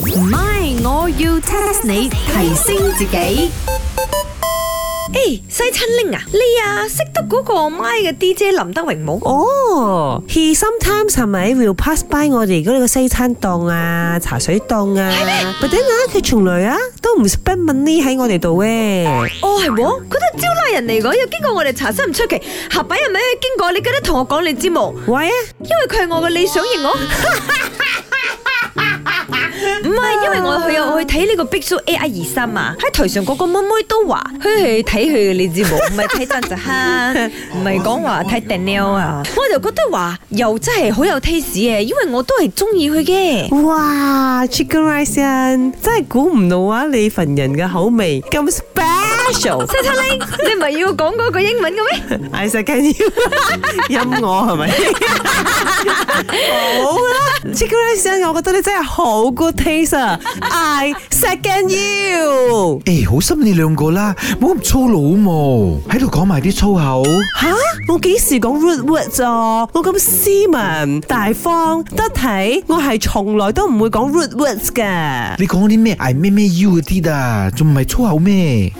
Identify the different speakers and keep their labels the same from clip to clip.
Speaker 1: 唔係，我要 test 你提升自己。
Speaker 2: 誒，西餐拎啊，你啊識得嗰個 My 嘅 DJ 林德榮冇？
Speaker 3: 哦，he Oh, sometimes 係咪 will pass by 我哋嗰個西餐檔啊、茶水檔啊？But then 啊，佢從來啊都唔 spend money 喺我哋度嘅。
Speaker 2: 哦係喎，佢都係招徠人嚟講，又經過我哋查詢唔出奇。合擺係咪經過？你記得同我講你知冇？
Speaker 3: 喂啊，
Speaker 2: 因為佢係我嘅理想 型我。唔係，因為我去有去睇呢個 Big Show AI 二三啊，喺台上嗰個妹妹都話，佢去睇佢嘅你知冇？ 唔係睇真就慳，唔係講話睇 Daniel 啊，我就覺得話又真係好有 taste 嘅，因為我都係中意佢 嘅。
Speaker 3: 哇，chicken rice 啊，真係估唔到啊！你份人嘅口味咁 special，
Speaker 2: 西餐拎，你唔係要講嗰句英文嘅咩？
Speaker 3: 嗌晒緊 要音我係咪？好啦，chicken rice 啊，我覺得你真係好 good taste 啊！I second you。
Speaker 4: 诶、好心你兩個啦，冇咁粗魯冇，喺度講埋啲粗口。
Speaker 3: 吓！我幾時講 rude words 啊？我咁斯文、大方、得體，我係從來都唔會講 rude words 嘅。
Speaker 4: 你講啲咩 I 咩咩 U 嗰啲啊，仲唔係粗口咩？
Speaker 2: 呀，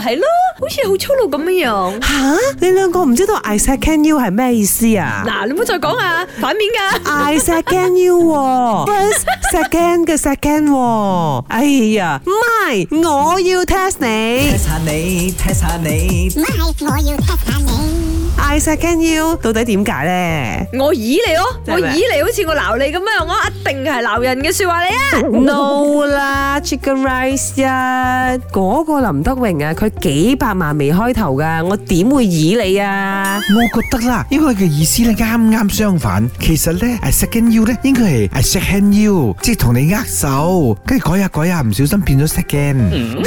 Speaker 2: 係咯，好似好粗魯咁樣。
Speaker 3: 吓！你兩個唔知道 I second you 係咩意思啊
Speaker 2: 嗱，你唔好再講啊，反面㗎。
Speaker 3: à? ？I second you 喎 first second 嘅 second à? 喎。哎呀，唔係，我要 test 你
Speaker 5: test 下你，test 下你
Speaker 6: My，我要 test 下你。
Speaker 3: I second you 到底點解咧？
Speaker 2: 我以你咯，
Speaker 3: 真
Speaker 2: 我
Speaker 3: 係咪
Speaker 2: 以你好似我鬧你咁樣，我一定係鬧人嘅说話你啊！
Speaker 3: no 啦，Chicken Rice 啊，嗰個林德榮啊，佢幾百萬未開頭噶，我點會以你 啊？
Speaker 4: 我覺得啦，應該嘅意思咧啱啱相反。其實咧，I second you 咧應該係 I second you，即係同你握手，跟住改下改下，唔小心變咗 second，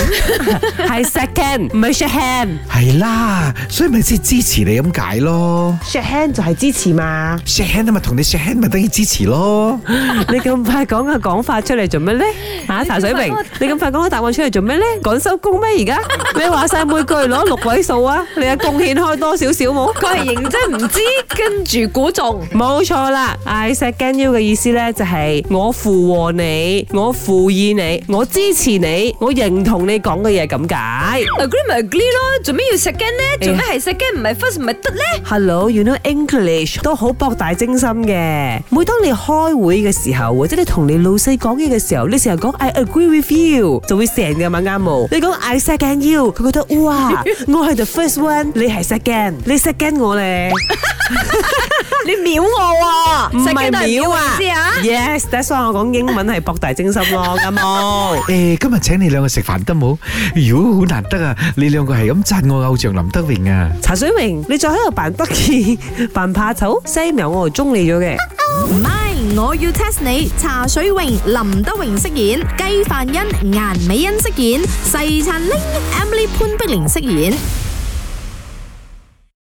Speaker 3: 係 second 唔係 shake hand，shake
Speaker 4: 係啦，所以咪先支持你咁解咯。
Speaker 3: hand 就係支持嘛。
Speaker 4: shake hand 啊嘛，同你 shake hand 咪等於支持咯。
Speaker 3: 你咁快講個講法出嚟做 咩咧？吓、茶水榮，你咁快講個答案出嚟做咩咧？趕收工咩而家？你話晒每句攞六位數啊，你嘅貢獻開多少少冇？
Speaker 2: 佢係認真唔知，跟住估中。
Speaker 3: 冇錯啦，I second you 嘅意思呢，就係我附和你，我附議你，我支持你，我認同你講嘅嘢咁解。
Speaker 2: agree 咪 agree 咯，做咩要 second 呢？做咩係 second 唔係 first 唔係得呢？
Speaker 3: Hello，you know English 都好博大精深嘅。每當你開會嘅時候，或者你同你老細講嘢嘅時候，你成日講 I agree with you 就會成嘅嘛啱冇？你講 I second you，佢覺得 哇，我係 the first one，你係 second，你 second 我咧。
Speaker 2: 你秒我啊
Speaker 3: 唔係
Speaker 2: ！second 都係秒
Speaker 3: 秒啊
Speaker 2: 知啊！
Speaker 3: Yes，that's why 我講英文係博大精深咯， 啱冇？
Speaker 4: 诶、今日請你兩個食飯得冇？妖，好難得啊！你兩個係咁讚我偶像林德榮啊！
Speaker 3: 茶水榮，你再喺度扮得意、扮怕醜，西苗我就中你咗嘅。
Speaker 1: 唔係，我要 test 你。茶水榮、林德榮飾演，雞范欣、顏美欣飾演，細陳玲、Emily 潘碧玲飾演。